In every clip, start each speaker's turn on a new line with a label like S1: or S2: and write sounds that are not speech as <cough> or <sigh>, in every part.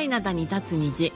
S1: い灘に立つ虹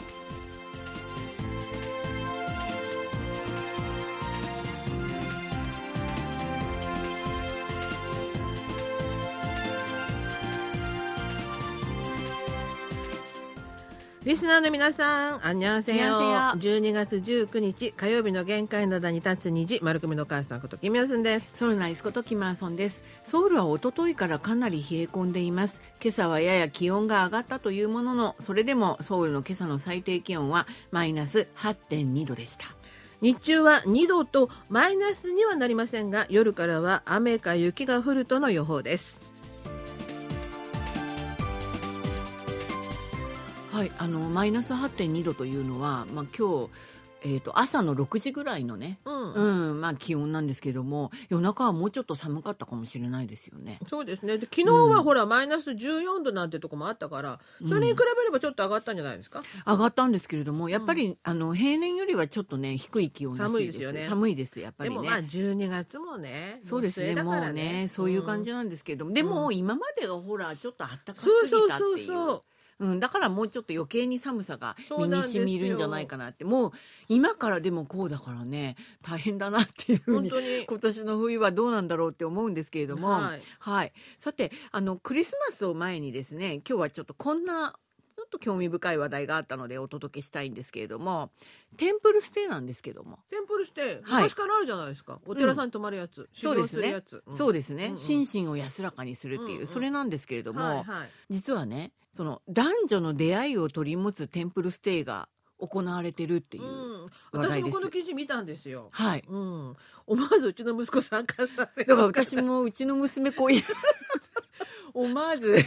S2: リスナーの皆さん、あんにゃんせよ
S1: こんに。
S2: 12月19日火曜日の限界灘に立つ虹、丸組のお母さんことキムヨスンです。
S1: ソウルナリスことキマーソンですソウルは一昨日からかなり冷え込んでいます今朝はやや気温が上がったというもののそれでもソウルの今朝の最低気温はマイナス8.2度でした
S2: 日中は2度とマイナスにはなりませんが、夜からは雨か雪が降るとの予報です。
S1: はいあのマイナス8.2度というのは、まあ、今日、えー、と朝の6時ぐらいのね
S2: うん
S1: うんまあ、気温なんですけども夜中はもうちょっと寒かったかもしれないですよね。
S2: そうですね。で昨日はほら、マイナス14度なんてとこもあったから、それに比べればちょっと上がったんじゃないですか。
S1: 上がったんですけれどもやっぱり、あの平年よりはちょっとね低い気温らしいです
S2: 寒いですよね
S1: 寒いですやっぱ
S2: で
S1: りね
S2: も。まあ12月もね、
S1: そうですね
S2: も
S1: も
S2: 末だから
S1: うねそういう感じ
S2: ん
S1: なんですけども、でも今までがほらちょっとあったかす
S2: そう
S1: ぎ
S2: そう
S1: たってい
S2: そううそう。
S1: うん、だからもうちょっと余計に寒さが
S2: そう
S1: 身
S2: なん
S1: に
S2: ですよ
S1: 染みるんじゃないかなってもう今からでもこうだからね大変だなっていうふう
S2: 本
S1: に
S2: 当に。
S1: 今年の冬はどうなんだろうって思うんですけれども、
S2: はい
S1: はい、さてあのクリスマスを前にですね今日はちょっとこんなちょっと興味深い話題があったのでお届けしたいんですけれどもテンプルステイなんですけども、
S2: テンプルして
S1: はい
S2: 昔からあるじゃないですか。お寺さんに泊まるやつ、
S1: そうですね
S2: 修行るやつ。
S1: そう
S2: で
S1: ですね、
S2: うんうん
S1: 心身を安らかにするっていう、
S2: うんうん
S1: それなんですけれども、
S2: はいはい。
S1: 実はねその男女の出会いを取り持つテンプルステイが行われてるっていう、
S2: うん、
S1: 話
S2: 私
S1: 題
S2: も
S1: です
S2: この記事見たんですよ。
S1: はい
S2: うん、思わずうちの息子参加さ
S1: だか
S2: せ
S1: ら
S2: よう
S1: 私もうちの娘こういう思わず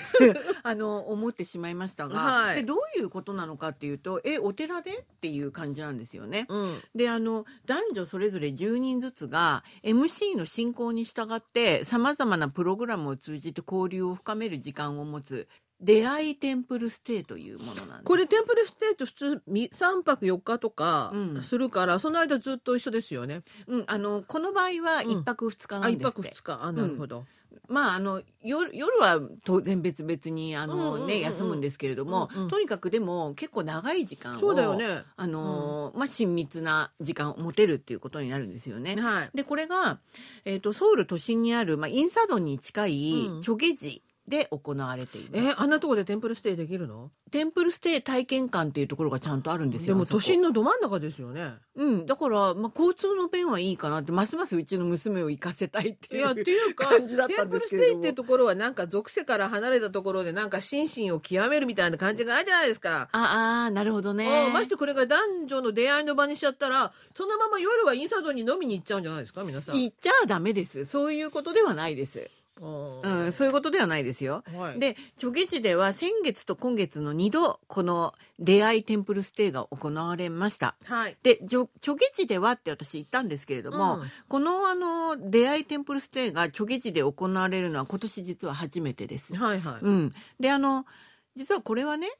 S1: あの思ってしまいましたが、
S2: はい
S1: でどういうことなのかっていうとえお寺でっていう感じなんですよね。
S2: うん、
S1: であの男女それぞれ10人ずつが MC の進行に従ってさまざまなプログラムを通じて交流を深める時間を持つ出会いテンプルステイというものなんです。
S2: これテンプルステイと普通み三泊四日とか
S1: うん
S2: するから、その間ずっと一緒ですよね。
S1: うん、あのこの場合は
S2: うん
S1: 1泊2日な
S2: あ
S1: ん
S2: 一
S1: ですっ
S2: 泊
S1: て、
S2: 二日あなるほど。
S1: まああの夜夜は当然別々にあ
S2: うんうんうん
S1: の、
S2: うん
S1: ね休むんですけれども、
S2: うんうん
S1: とにかくでも結構長い時間を
S2: そうだよね。
S1: あのーまあ、親密な時間を持てるっていうことになるんですよね。
S2: はい。
S1: でこれが、えー、とソウル都心にある、まあ、インサドンに近い
S2: うん
S1: チョゲジで行われています、
S2: えあんなとこでテンプルステイできるの？
S1: テンプルステイ体験館っていうところがちゃんとあるんですよ
S2: でも
S1: あそこ
S2: 都心のど真ん中ですよ
S1: <laughs>
S2: ね。
S1: うん、だから、まあ、交通の便はいいかなってますますうちの娘を行かせたいって
S2: い
S1: いう
S2: やっていうか
S1: 感じだったん
S2: テンプ
S1: で
S2: ル
S1: す
S2: ス
S1: け
S2: テ
S1: れ
S2: イ
S1: ど
S2: っ
S1: も
S2: ていうところはなんか属性から離れたところでなんか心身を極めるみたいな感じがあるじゃないですか。
S1: ああなるほど
S2: あ
S1: ね
S2: あましてこれが男女の出会いの場にしちゃったらそのまま夜はインサートに飲みに行っちゃうんじゃないですか皆さん。
S1: 言っちゃダメですそういうことではないです、
S2: う
S1: うん、そういうことではないですよ
S2: はい、
S1: でチョゲ市では先月と今月の2度この出会いテンプルステイが行われました
S2: はい、
S1: でチョチョゲ市ではって私言ったんですけれども、
S2: うん
S1: このあの出会いテンプルステイがチョゲ市で行われるのは今年実は初めてです
S2: はいはい。
S1: うん、であの実はこれはね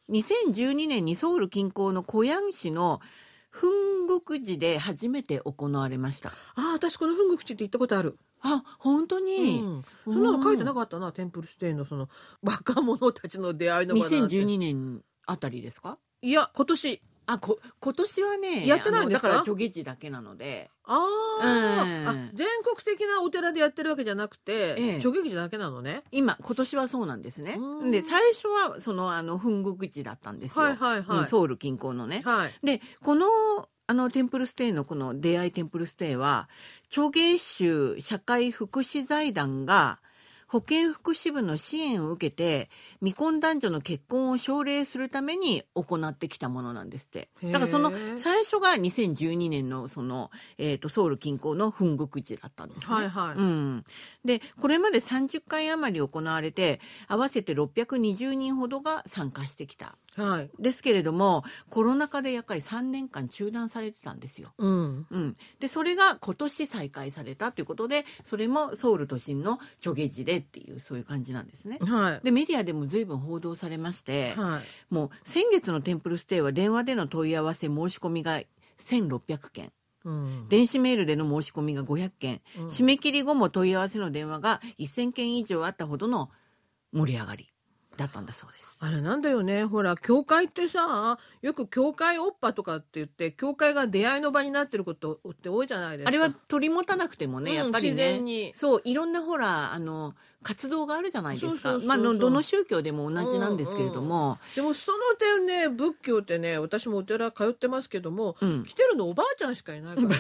S1: 2012年にソウル近郊のコヤン市のフンゴク寺で初めて行われました
S2: ああ私この文具口って行ったことある。
S1: あ本当に、
S2: うんそんなの書いてなかったな、テンプルステイのそ <laughs> の若者たちの出会いの場なんて。
S1: 2012年あたりですか
S2: いや今年。
S1: あこ今年はね
S2: やってないんですか
S1: あのだからチョゲ寺だけなので
S2: あー、
S1: うん
S2: あ全国的なお寺でやってるわけじゃなくて、
S1: ええ
S2: 直撃じゃだけなのね。
S1: 今今年はそうなんですね
S2: うん
S1: で最初はそのあのフンゴク寺だったんですよ、
S2: はいはいはい。
S1: うんソウル近郊のね、
S2: はい。
S1: でこのあのテンプルステイのこの出会いテンプルステイは長芸州社会福祉財団が保健福祉部の支援を受けて未婚男女の結婚を奨励するために行ってきたものなんですって
S2: へー
S1: だからその最初が2012年のその、えー、とソウル近郊のフングク寺だったんですね。
S2: はいはい。
S1: うん、でこれまで30回余り行われて合わせて620人ほどが参加してきた
S2: はい。
S1: ですけれどもコロナ禍でやっぱり3年間中断されてたんですよ。
S2: うん。
S1: うん、でそれが今年再開されたということでそれもソウル都心のチョゲジでっていうそういう感じなんですね。
S2: はい。
S1: でメディアでも随分報道されまして、
S2: はい。
S1: もう先月のテンプルステイは電話での問い合わせ申し込みが1600件
S2: うん
S1: 電子メールでの申し込みが500件、
S2: うん
S1: 締め切り後も問い合わせの電話が1000件以上あったほどの盛り上がり。だったんだそうです。
S2: あれなんだよねほら教会ってさよく教会オッパとかって言って教会が出会いの場になってることって多いじゃないですか
S1: あれは取り持たなくてもね、
S2: うん
S1: やっぱりね
S2: 自然に
S1: そういろんなほらあの活動があるじゃないです
S2: そうそう
S1: か
S2: そうそう
S1: まあのどの宗教でも同じなんですけれども、
S2: でもその点ね仏教ってね私もお寺通ってますけども
S1: うん
S2: 来てるのおばあちゃんしかいないから
S1: <laughs>
S2: ね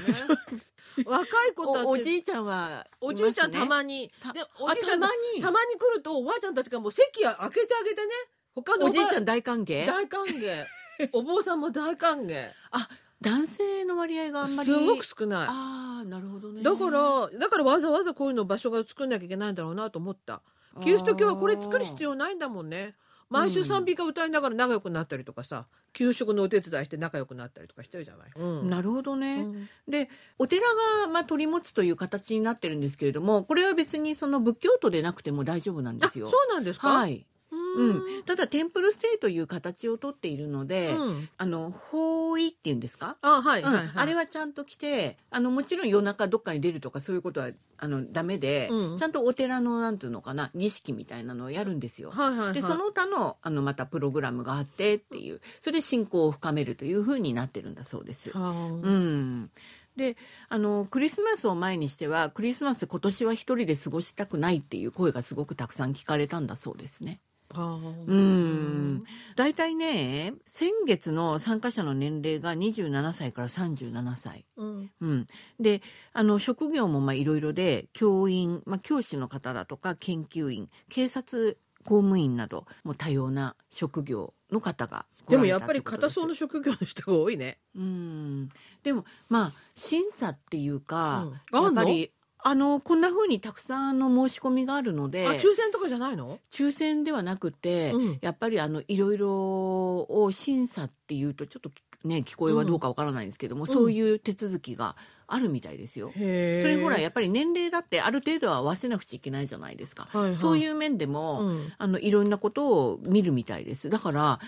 S2: 若い子たち
S1: おおじいちゃんは
S2: おじいちゃんた
S1: に
S2: まに
S1: た
S2: で
S1: あ
S2: おじいちゃん
S1: たまに
S2: たまに来るとおばあちゃんたちがもう席開けてあげてね他の
S1: お
S2: ば
S1: じいちゃん大歓迎
S2: 大歓
S1: <laughs>
S2: 迎お坊さんも大歓迎
S1: あ男性の割合があんまり
S2: すごく少ない
S1: ああなるほどね
S2: だからだからわざわざこういうの場所が作んなきゃいけないんだろうなと思ったキリスト教はこれ作る必
S1: 要
S2: 要ないんだもんね毎週賛美歌歌いながら仲良くなったりとかさ給食のお手伝いして仲良くなったりとかしてるじゃない、うん
S1: なるほどね、
S2: うん
S1: でお寺が、まあ、取り持つという形になってるんですけれどもこれは別にその仏教徒でなくても大丈夫なんで
S2: あ
S1: す
S2: そう
S1: よ。
S2: なんですか、
S1: はい、
S2: う
S1: うん、ただテンプルステイという形をとっているので、
S2: うん
S1: あの法医っていうんですか、
S2: あはい、
S1: うん
S2: はいはい
S1: あれはちゃんと来てあのもちろん夜中どっかに出るとかそういうことはあのダメで、
S2: うん
S1: ちゃんとお寺のなんていうのかな儀式みたいなのをやるんですよ。
S2: はいはいはい
S1: でその他のあのまたプログラムがあってっていうそれで信仰を深めるというふうになってるんだそうです。
S2: はあ
S1: うん、であのクリスマスを前にしてはクリスマス今年は一人で過ごしたくないっていう声がすごくたくさん聞かれたんだそうですね。
S2: はあ
S1: うん大体ね先月の参加者の年齢が27歳から37歳。
S2: うん
S1: うん、であの職業もまあいろいろで教員、まあ、教師の方だとか研究員警察公務員などもう多様な職業の方が来
S2: で
S1: ら
S2: も
S1: れた
S2: やっぱり
S1: てこと
S2: 硬
S1: です
S2: そうな職業の人が多いね、
S1: うんでもまあ審査っていうか、
S2: うん
S1: やっぱりあのこんな風にたくさんの申し込みがあるので
S2: あ抽選とかじゃないの
S1: 抽選ではなくて、
S2: うん
S1: やっぱりあのいろいろを審査っていうとちょっとね聞こえはどうかわからないんですけども、
S2: ん
S1: そういう手続きがあるみたいですよ。
S2: へえ
S1: それほらやっぱり年齢だってある程度は合わせなくちゃいけないじゃないですか、
S2: はいはい
S1: そういう面でも、
S2: うん
S1: あのいろんなことを見るみたいですだから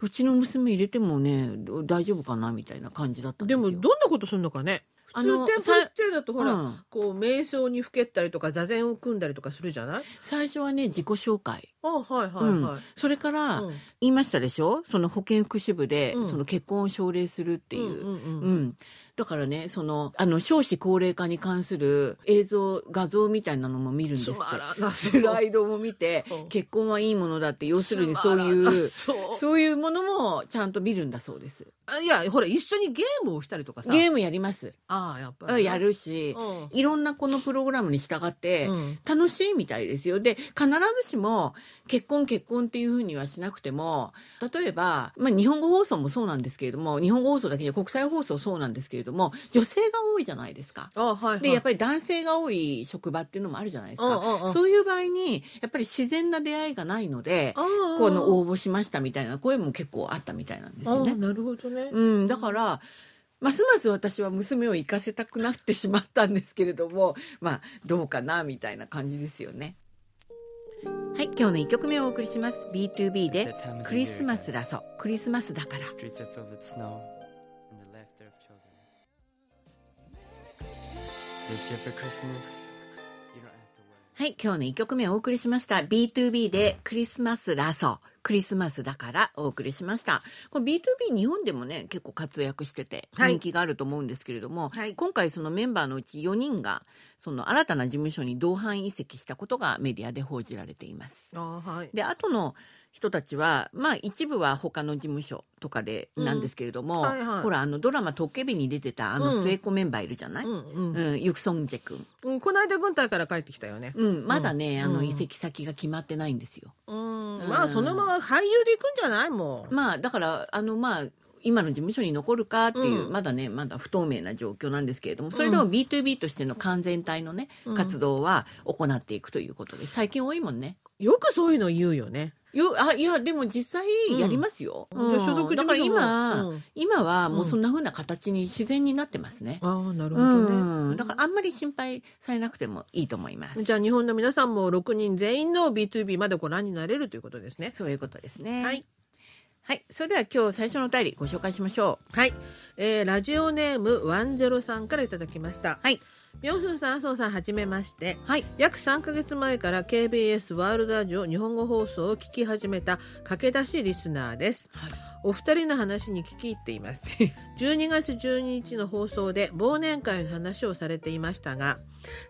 S1: うちの娘入れてもねど大丈夫かなみたいな感じだったんで
S2: です
S1: よ
S2: もどんなことするのかね普
S1: あ
S2: 通
S1: の
S2: テンプ
S1: さ
S2: ルステイだとほら、
S1: うん
S2: こう瞑想にふけったりとか座禅を組んだりとかするじゃない
S1: 最初はね自己紹介、
S2: あはいは
S1: うんそれから、
S2: うん
S1: 言いましたでしょその保健福祉部で、
S2: うん
S1: その結婚を奨励するっていう。
S2: うんうん
S1: う
S2: うん
S1: ん、だからねそのあの少子高齢化に関する映像画像みたいなのも見るんですっ
S2: つ
S1: て
S2: まらな
S1: スライドも見て
S2: うん
S1: 結婚はいいものだって要するにそうい
S2: つまらな
S1: う
S2: そう
S1: そういうものもちゃんと見るんだそうです
S2: あいやほら一緒にゲームをしたりとかさ
S1: ゲームやります
S2: ああやっぱ
S1: うん
S2: り
S1: やるし
S2: うん
S1: いろんなこのプログラムに従って
S2: うん
S1: 楽しいみたいですよで必ずしも結婚結婚っていうふうにはしなくても例えば、まあ、日本語放送もそうなんですけれども日本語放送だけじゃ国際放送そうなんですけれども女性が多いじゃないですか。
S2: ああはいはい
S1: でやっぱり男性が多い職場っていうのもあるじゃないです
S2: うんうんう
S1: か
S2: ん
S1: そういう場合にやっぱり自然な出会いがないので
S2: ああ
S1: この応募しましたみたいな声も結構あったみたいなんですよ
S2: ああ
S1: ね。
S2: なるほどね
S1: うん、だからますます私は娘を行かせたくなってしまったんですけれどもまあどうかなみたいな感じですよね。はい今日の1曲目をお送りします B2B でクリスマスラソクリスマスだから
S3: Streets are filled with snow and the laughter of children. This year for Christmas, you don't have to worry.
S1: はい今日の1曲目をお送りしました B2B でクリスマスラソクリスマスだからお送りしましたこの B2B 日本でもね結構活躍してて
S2: はい
S1: 人気があると思うんですけれども、
S2: はい
S1: 今回そのメンバーのうち4人がその新たな事務所に同伴移籍したことがメディアで報じられています
S2: ああはい
S1: で後の人たちはまあ一部は他の事務所とかでなんですけれども、
S2: うんはいはい
S1: ほらあのドラマ「トッケビ」に出てたあの末っ子メンバーいるじゃない、
S2: う
S1: うん
S2: んうん
S1: ユクソンジェ君、
S2: うんこの間軍隊から帰ってきたよね
S1: うん、まだね、
S2: うん
S1: あ
S2: う
S1: の
S2: ん
S1: 移籍先が決まってないんですよ。
S2: うん
S1: うん
S2: まあそのまま俳優で行くんじゃないもう
S1: まあだからあのまあ今の事務所に残るかっていう、
S2: うん
S1: まだねまだ不透明な状況なんですけれどもそれでも B2B としての完全体のね、
S2: うん
S1: 活動は行っていくということで最近多いもんね。
S2: よくそういうの言うよね
S1: よあいやでも実際やりますよ、
S2: うんじゃあ所属事
S1: だ
S2: 務所も
S1: から今、
S2: うん
S1: 今はもうそんな風な形に自然になってますね、
S2: ああなるほ
S1: う
S2: どね、
S1: んだからあんまり心配されなくてもいいと思います
S2: じゃあ日本の皆さんも6人全員の B2B までご覧になれるということですね。
S1: そういうことですね
S2: はい、
S1: はい、それでは今日最初のお便りご紹介しましょう
S2: はい、えーラジオネーム103からいただきました。
S1: はい
S2: ミョンスーさん、麻生さん、はじめまして。
S1: はい
S2: 約3ヶ月前から KBS ワールドラジオ日本語放送を聞き始めた駆け出しリスナーです。
S1: はい
S2: お二人の話に聞き入って
S1: <laughs>
S2: います。12月12日の放送で忘年会の話をされていましたが、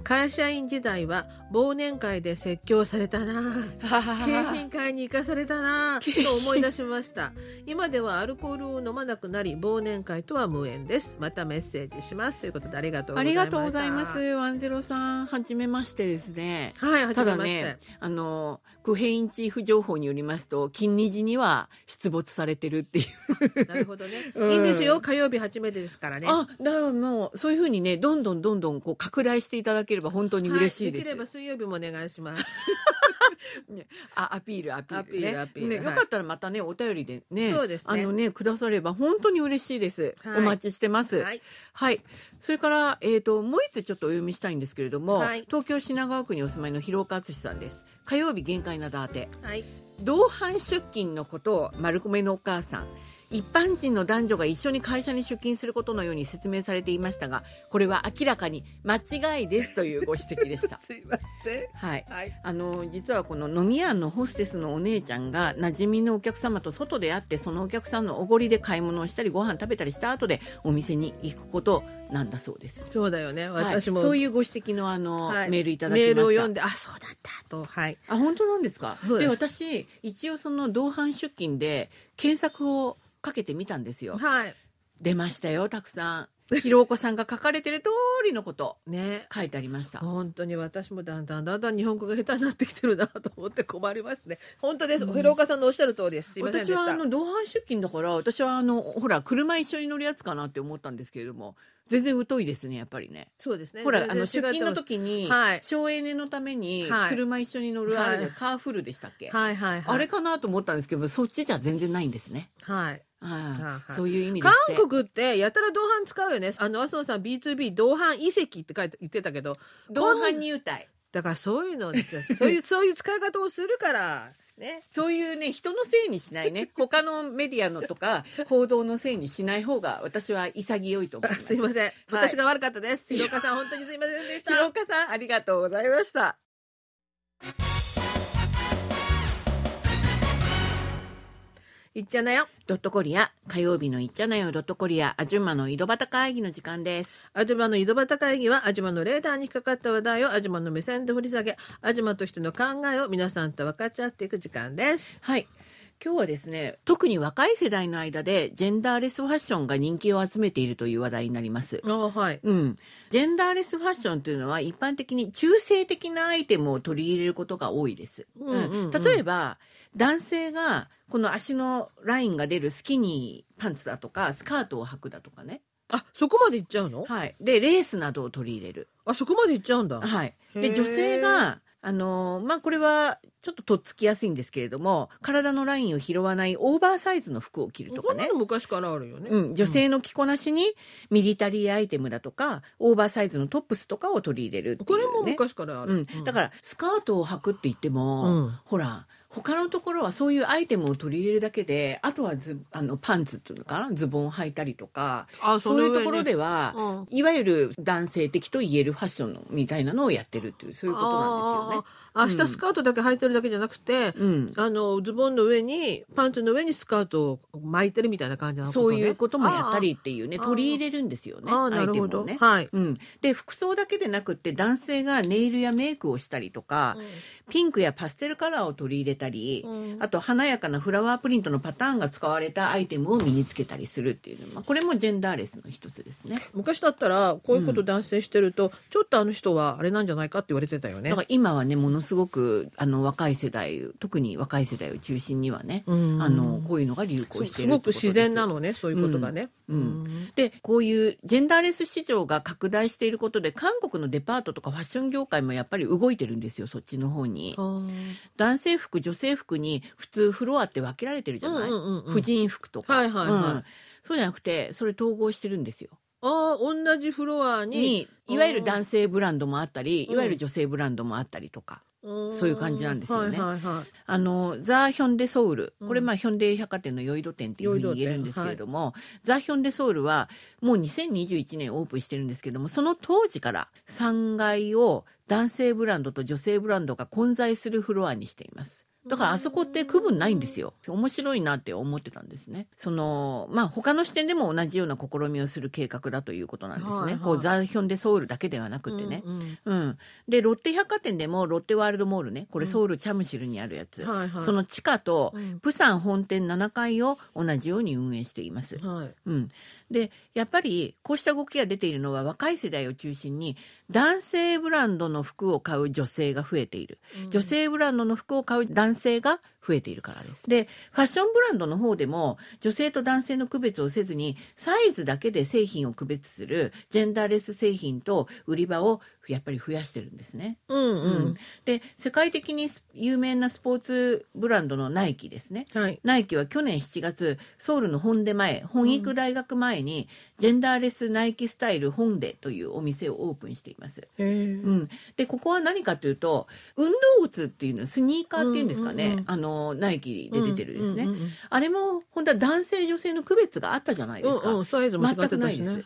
S2: 会社員時代は忘年会で説教されたなぁ。景品会に行かされたなぁと思い出しました今ではアルコールを飲まなくなり忘年会とは無縁ですまたメッセージしますということでありがとうござ
S1: あり
S2: いました
S1: がとうございます。ワンゼロさん、はじめましてですね。
S2: はいはじ
S1: た
S2: め
S1: だ
S2: まして、
S1: ね、あの、クヘインチーフ情報によりますと、金虹には出没されてるっていう。
S2: なるほど <laughs> ね、
S1: うん
S2: いいんですよ火曜日初めてですからね
S1: あ、だからもう、そういうふうにね、どんどんどんどんこう拡大していただければ本当に嬉しいです。
S2: はできれば水曜日もお願いします
S1: あ、アピール、アピール、ね。
S2: アピールアピール
S1: ね、
S2: はい
S1: よかったらまたね、お便りでね、
S2: そうですね
S1: あのね、くだされば本当に嬉しいです。
S2: はい
S1: お待ちしてます。は。
S2: はいい
S1: それから、えっ、と、もう一つちょっとお読みしたいんですけれども、
S2: はい
S1: 東京品川区にお住まいの広岡敦さんです。火曜日限界など当て。
S2: はい
S1: 同伴出勤のことを丸米のお母さん一般人の男女が一緒に会社に出勤することのように説明されていましたがこれは明らかに間違いですというご指摘でし
S2: <laughs>
S1: た。
S2: すいません
S1: はい
S2: はい
S1: あの実はこの飲み屋のホステスのお姉ちゃんが馴染みのお客様と外で会ってそのお客さんのおごりで買い物をしたりご飯食べたりした後でお店に行くことなんだそうです。
S2: そうだよね私も、
S1: はい、そういうご指摘のあの、
S2: はい
S1: メールいただきま
S2: メ
S1: し
S2: ー
S1: た。
S2: ルを読んであそうだったとはい
S1: あ本当なんですか
S2: そう
S1: で
S2: です
S1: 私一応その同伴出勤で検索をかけてみたんですよ
S2: はい
S1: 出ましたよたくさん広岡さんが書かれてる通りのこと
S2: ね
S1: 書いてありました
S2: 本当に私もだんだんだんだん日本語が下手になってきてるなと思って困りますね。本当です。
S1: うん
S2: 広岡さんのおっしゃる通りです。すいません
S1: 私
S2: でし
S1: はあ
S2: た。
S1: の同伴出勤だから私はあのほら車一緒に乗るやつかなって思ったんですけれども全然疎いですねやっぱりね
S2: そうですね。
S1: ほら
S2: 全
S1: あ
S2: 然
S1: の出
S2: 違
S1: 勤
S2: って
S1: の
S2: ます
S1: 時に
S2: はい
S1: 省エネのために
S2: はい
S1: 車一緒に乗るあれ
S2: は
S1: で
S2: い
S1: カーフルでしたっけ、
S2: はいはいはい。
S1: あれかなと思ったんですけどそっちじゃ全然ないんですね
S2: はい。
S1: はい、
S2: はい
S1: そういう意味で
S2: 韓
S1: して
S2: 国ってやたら同伴使うよね。あの、麻生さん B2B 同伴遺跡って書いて言ってたけど、
S1: 同伴入隊
S2: だからそういうの、 <laughs> そういう、そういう使い方をするから、ね。
S1: そういうね人のせいにしない <laughs> ね他のメディアのとか報道のせいにしない方が私は潔いと思い
S2: あ
S1: ます
S2: すいません。私が悪かったです。広岡さん本当にすいませんで <laughs> した。
S1: 広岡さんありがとうございました
S2: いっちゃなよ。
S1: ドットコリア火曜日のいっちゃなよドットコリアアジュンマの井戸端会議の時間です
S2: アジュマの井戸端会議はアジュマのレーダーに引っかかった話題をアジュマの目線で掘り下げアジュマとしての考えを皆さんと分かち合っていく時間です。
S1: はい今日はですね特に若い世代の間でジェンダーレスファッションが人気を集めているという話題になります
S2: はい、
S1: うん、ジェンダーレスファッションというのは一般的に中性的なアイテムを取り入れることが多いです、
S2: うんうんうん
S1: 例えば男性がこの足のラインが出るスキニーパンツだとかスカートを履くだとかね、
S2: あそこまでいっちゃうの
S1: はい、でレースなどを取り入れる、
S2: あそこまでいっちゃうんだ。
S1: はい、
S2: へ
S1: で
S2: ー
S1: 女性があのーまあ、これはちょっととっつきやすいんですけれども体のラインを拾わないオーバーサイズの服を着ると
S2: こ
S1: か
S2: んな
S1: ね
S2: の昔からあるよね。
S1: うん、女性の着こなしにミリタリーアイテムだとかオーバーサイズのトップスとかを取り入れるっていう、ね、
S2: これも昔からあ
S1: う
S2: る。
S1: ん、だからスカートを履くって言って
S2: ら
S1: も、
S2: うん、
S1: ほら他のところはそういうアイテムを取り入れるだけであとはズあのパンツっていうのかなズボンを履いたりとか
S2: あ
S1: そういうところで
S2: は、
S1: は、
S2: うん
S1: いわゆる男性的と言えるファッションみたいなのをやってるっていうそういうことなんですよね。
S2: あーあ下
S1: うん
S2: スカートだけ履いてるだけじゃなくて、
S1: うん、
S2: あのズボンの上にパンツの上にスカートを巻いてるみたいな感じなの
S1: そういうこともやったりっていうね
S2: あー
S1: 取り入れるんですよね
S2: あー
S1: ア
S2: な
S1: イ
S2: る
S1: テ
S2: ほ
S1: ムを
S2: ど、
S1: ね。
S2: はい。
S1: うん、で服装だけでなくって男性がネイルやメイクをしたりとか、ピンクやパステルカラーを取り入れたり、
S2: うん
S1: あと華やかなフラワープリントのパターンが使われたアイテムを身につけたりするっていうのはこれもジェンダーレスの一つですね。
S2: 昔だったらこういうこと男性してると、ちょっとあの人はあれなんじゃないかって言われてたよね
S1: だか。ら今はねものすごくあの若い世代特に若い世代を中心にはね、
S2: うん
S1: あのこういうのが流
S2: そ
S1: 行
S2: う
S1: して
S2: す
S1: いるっ
S2: ご
S1: てこ
S2: く
S1: とです
S2: 自然なのねそういうことがね。
S1: うんでこういうジェンダーレス市場が拡大していることで韓国のデパートとかファッション業界もやっぱり動いてるんですよそっちの方に。男性服女性服に普通フロアって分けられてるじゃない、
S2: うんうんうんうん
S1: 婦人服とか、
S2: はいはいはい
S1: うんそうじゃなくてそれ統合してるんですよ。
S2: ああ同じフロアに
S1: にいわゆる男性ブランドもあったり
S2: うん
S1: いわゆる女性ブランドもあったりとか、そういう感じなんですよね
S2: はいはいはい
S1: あのザ・ヒョンデ・ソウル
S2: うん
S1: これ、まあヒョンデ百貨店のヨイド店っていうふうに言えるんですけれども、ザ・ヒョンデ・ソウルはもう2021年オープンしてるんですけどもその当時から3階を男性ブランドと女性ブランドが混在するフロアにしています。だからあそこって区分ないんですよ。面白いなって思ってたんですね。その、まあ、他の視点でも同じような試みをする計画だということなんですね。
S2: はいはい
S1: こう、ザ・ヒョンデソウルだけではなくてね。
S2: うんうん
S1: うん、でロッテ百貨店でもロッテワールドモールねこれ
S2: うん
S1: ソウルチャムシルにあるやつ、
S2: はいはい
S1: その地下と
S2: うん
S1: プサン本店7階を同じように運営しています、
S2: はい
S1: うん、でやっぱりこうした動きが出ているのは若い世代を中心に男性ブランドの服を買う女性が増えている女性ブランドの服を買う男性が増えているからですでファッションブランドの方でも女性と男性の区別をせずにサイズだけで製品を区別するジェンダーレス製品と売り場をやっぱり増やしてるんですね、
S2: うん
S1: う
S2: うん
S1: で世界的にス有名なスポーツブランドのナイキですね
S2: はい
S1: ナイキは去年7月ソウルのホンデ前本育大学前にジェンダーレスナイキスタイルホンデというお店をオープンしています
S2: へー
S1: うん、でここは何かというと運動靴っていうのスニーカーっていうんですかね、
S2: うんうんうん
S1: あのナイキで出てるですね、
S2: うんうんうん
S1: あれも本当は男性女性の区別があったじゃないですか、
S2: うんうん、サイズも違ってたし
S1: 全くない
S2: ね
S1: で。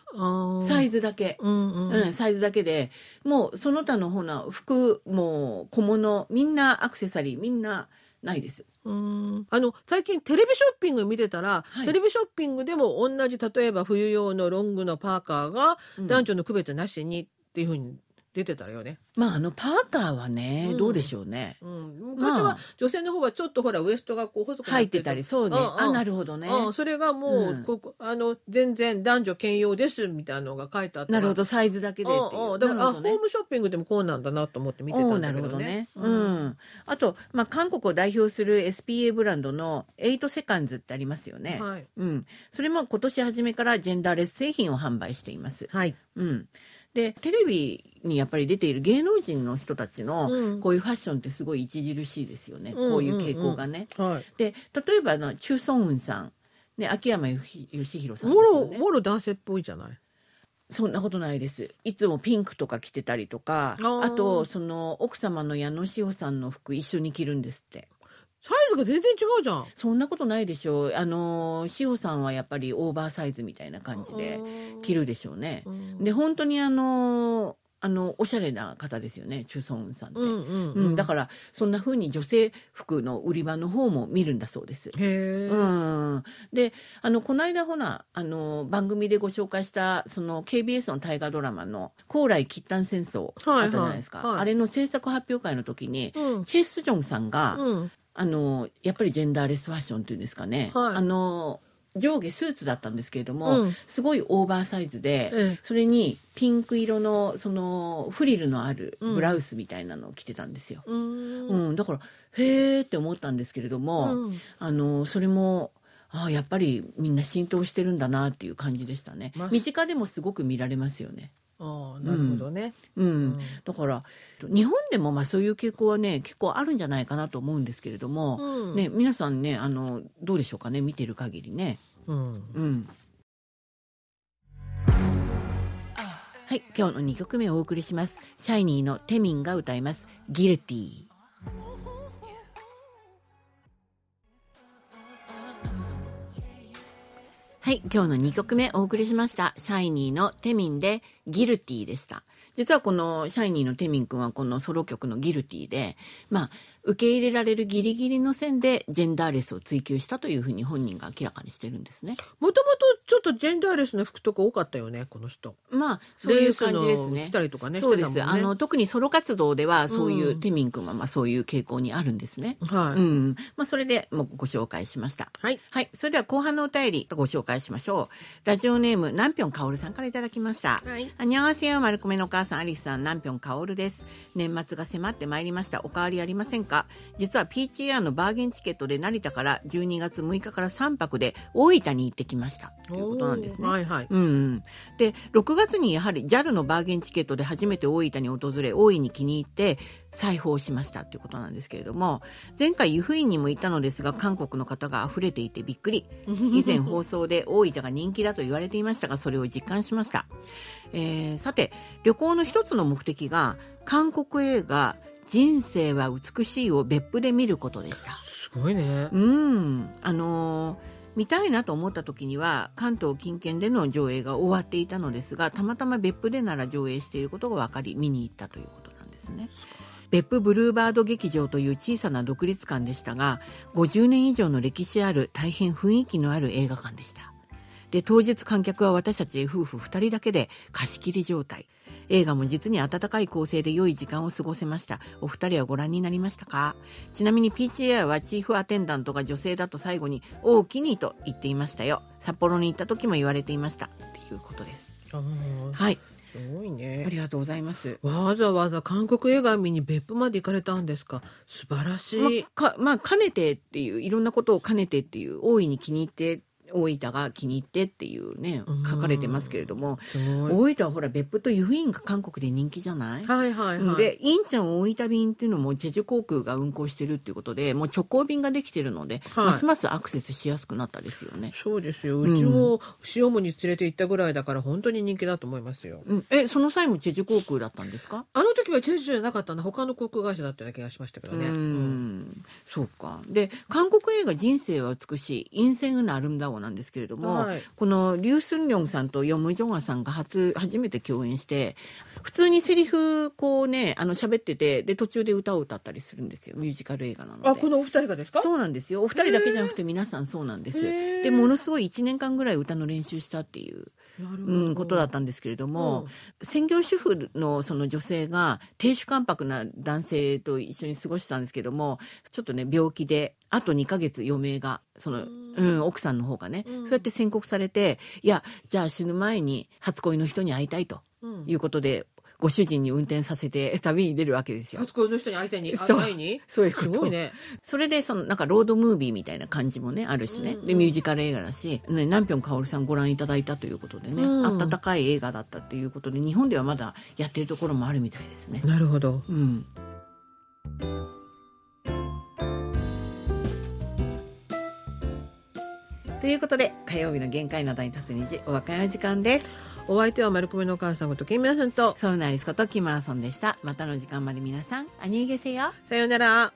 S1: サ
S2: サ
S1: イ
S2: ズ、
S1: ズだけ、
S2: うんうん
S1: うん、サイズだけでもうその他のほな服も小物みんなアクセサリーみんなないです
S2: うんあの最近テレビショッピング見てたら、
S1: はい
S2: テレビショッピングでも同じ例えば冬用のロングのパーカーが
S1: うん
S2: 男女の区別なしにっていうふうに出てたよね、
S1: まああのパーカーはね、
S2: うん
S1: どうでしょうね
S2: うん、昔
S1: ま
S2: は
S1: あ
S2: 女性の方はちょっとほらウエストがこう細くな
S1: 入ってたりそうね、
S2: うんうん
S1: あなるほどね、
S2: うん、それがもう、
S1: うん
S2: ここあの全然男女兼用ですみたいなのが書いてあったら
S1: なるほどサイズだけでっていう
S2: うんうんだから
S1: な
S2: あ
S1: るほ
S2: ホ
S1: ど
S2: ー
S1: ね
S2: ムショッピングでもこうなんだなと思って見てたんだ
S1: おー
S2: けどね。
S1: なるほどね。うん。あと、まあ、韓国を代表する SPA ブランドの8セカンズってありますよね。
S2: はい、
S1: うん。それも今年初めからジェンダーレス製品を販売しています。
S2: はい
S1: うん。で、テレビにやっぱり出ている芸能人の人たちの、
S2: うん
S1: こういうファッションってすごい著しいですよね。
S2: うんうんうん
S1: こういう傾向がね。
S2: はい、
S1: で、例えば、あの、チュ・ソンウンさん。ね、秋山義弘さんです
S2: もろ
S1: よね。
S2: もろ男性っぽいじゃない。
S1: そんなことないです。いつもピンクとか着てたりとか
S2: あ、ー
S1: あと、その、奥様の矢野志保さんの服一緒に着るんですって。
S2: サイズが全然違うじゃん。
S1: そんなことないでしょう。あの、志保さんはやっぱりオーバーサイズみたいな感じで着るでしょうね
S2: う。ん。
S1: で、本当にあの、あの、おしゃれな方ですよね、チュソンウンさんって。
S2: うんうん
S1: うん、だ
S2: ら。
S1: から、そんな風に女性服の売り場の方も見るんだそうです。
S2: へえ。
S1: うん、であのこの間ほなあの番組でご紹介したその KBS の大河ドラマの「高麗喫炭戦争」
S2: はいはい
S1: あったじゃないですか、
S2: はい
S1: あれの制作発表会の時に、
S2: うん。
S1: チェ・スジョンさんが、
S2: うん。
S1: あのやっぱりジェンダーレスファッションっていうんですかね、
S2: はい
S1: あの上下スーツだったんですけれども、
S2: うん
S1: すごいオーバーサイズで、
S2: ええ
S1: それにピンク色のそのフリルのあるブラウスみたいなのを着てたんですよ。
S2: うん
S1: うんだからへーって思ったんですけれども、
S2: うん
S1: あのそれもああやっぱりみんな浸透してるんだなっていう感じでしたね、
S2: まあ
S1: 身近でもすごく見られますよね。
S2: ああ、なるほどね。
S1: うん
S2: うん
S1: だから日本でもまあそういう傾向はね結構あるんじゃないかなと思うんですけれども、
S2: うん
S1: ね、皆さんねあのどうでしょうかね見てる限りね。
S2: うん。
S1: うんはい今日の2曲目をお送りしますシャイニーのテミンが歌います「ギルティー」。はい、今日の2曲目お送りしました。シャイニーのテミンでギルティーでした。実はこのシャイニーのテミン君はこのソロ曲のギルティーで、まあ、受け入れられるギリギリの線でジェンダーレスを追求したというふうに本人が明らかにしてるんですね。
S2: もともとちょっとジェンダーレスの服とか多かったよね、この人。
S1: まあ、そういう感じ
S2: レ
S1: で
S2: ース
S1: す
S2: の
S1: ね
S2: 着。たりとかね。
S1: そうで
S2: して
S1: す、
S2: たも
S1: あ
S2: んね
S1: の、特にソロ活動ではそういう、
S2: うん
S1: テミン君はまあそういう傾向にあるんですね。
S2: は
S1: う
S2: い。
S1: ん。まあ、それでもうご紹介しました。
S2: はい。
S1: はい。それでは後半のお便りご紹介しましょう。ラジオネーム、ナンピョンカオルさんからいただきました。
S2: はい
S1: あにゃわせよ、まるこめのお母さん、アリスさん、ナンピョンカオルです。年末が迫ってまいりました。お変わりありませんか実は PTR のバーゲンチケットで成田から12月6日から3泊で大分に行ってきました。ということなんですね。
S2: はいはい。
S1: うんうん、で6月にやはり JAL のバーゲンチケットで初めて大分に訪れ大いに気に入って裁縫しましたということなんですけれども前回湯布院にも行ったのですが韓国の方が溢れていてびっくり以前放送で大分が人気だと言われていましたがそれを実感しました、えーさて旅行の一つの目的が韓国映画「人生は美しいを別府で見ることでした。
S2: <laughs> すごいね
S1: う。ん、あのー見たいなと思った時には関東近県での上映が終わっていたのですがたまたま別府でなら上映していることが分かり見に行ったということなんですね。別府ブルーバード劇場という小さな独立館でしたが50年以上の歴史ある大変雰囲気のある映画館でした。で当日観客は私たち夫婦2人だけで貸し切り状態映画も実に温かい構成で良い時間を過ごせましたお二人はご覧になりましたかちなみに PTA はチーフアテンダントが女性だと最後に「おおきに」と言っていましたよ札幌に行った時も言われていましたっていうことです
S2: あー
S1: はい
S2: すごい
S1: あ
S2: ね。
S1: りがとうございます
S2: わざわざ韓国映画見に別府まで行かれたんですか。素晴らし
S1: ま
S2: い。
S1: かまあかねてっていういろんなことを兼ねてっていう大いに気に入って大分が気に入ってっていうね
S2: うん
S1: 書かれてますけれども
S2: すごい。
S1: 大分はほら別府と湯布院が韓国で人気じゃない
S2: はいはいはい。
S1: でインチョン大分便っていうのもチェジュ航空が運航してるっていうことでもう直行便ができてるので、
S2: はい
S1: ますますアクセスしやすくなったですよね。
S2: そうですよ。うちも塩もに連れて行ったぐらいだから本当に人気だと思いますよ。
S1: うん、えその際もチェジュ航空だったんですか、
S2: あの時はチェジュじゃなかったな他の航空会社だったような気がしましたけど
S1: う
S2: ね。うん
S1: んそうかで韓国映画「人生は美しい」「陰性のアルムダオ」なんですけれども、
S2: はい
S1: このリュウ・スンリョンさんとヨム・ジョンアさんが初初めて共演して普通にセリフこうねあの喋っててで途中で歌を歌ったりするんですよミュージカル映画なので。
S2: あこのお二人がですか？
S1: そうなんですよお二人だけじゃなくて皆さんそうなんです
S2: へー
S1: でものすごい1年間ぐらい歌の練習したっていう、
S2: なるほど
S1: うん、ことだったんですけれども、専業主婦のその女性が亭主関白な男性と一緒に過ごしたんですけどもちょっとね病気であと2ヶ月余命がその、
S2: うん
S1: うん、奥さんの方がね、
S2: うん
S1: そうやって宣告されていやじゃあ死ぬ前に初恋の人に会いたいと
S2: うん
S1: いうことで、ご主人に運転させて旅に出るわけですよ。
S2: 初恋の人に相手に
S1: そう
S2: 会いに。
S1: そういうこ
S2: す
S1: と
S2: ごいね。
S1: それでそのなんかロードムービーみたいな感じもねあるしね、
S2: うんうん
S1: でミュージカル映画だし、ね、南平薫さんご覧いただいたということでね、
S2: うん
S1: 温かい映画だったということで日本ではまだやってるところもあるみたいですね。
S2: なるほど。
S1: うん、ということで火曜日の限界の台に立つ虹お別れの時間です。
S2: お相手は丸米のお母さんこと金宮さんと
S1: ソウナリスことキマーソンでした。またの時間まで皆さん、アニーゲセよ。
S2: さようなら。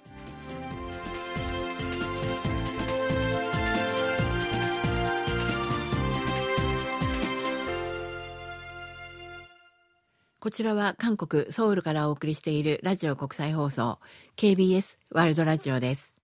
S1: こちらは韓国ソウルからお送りしているラジオ国際放送 KBS ワールドラジオです。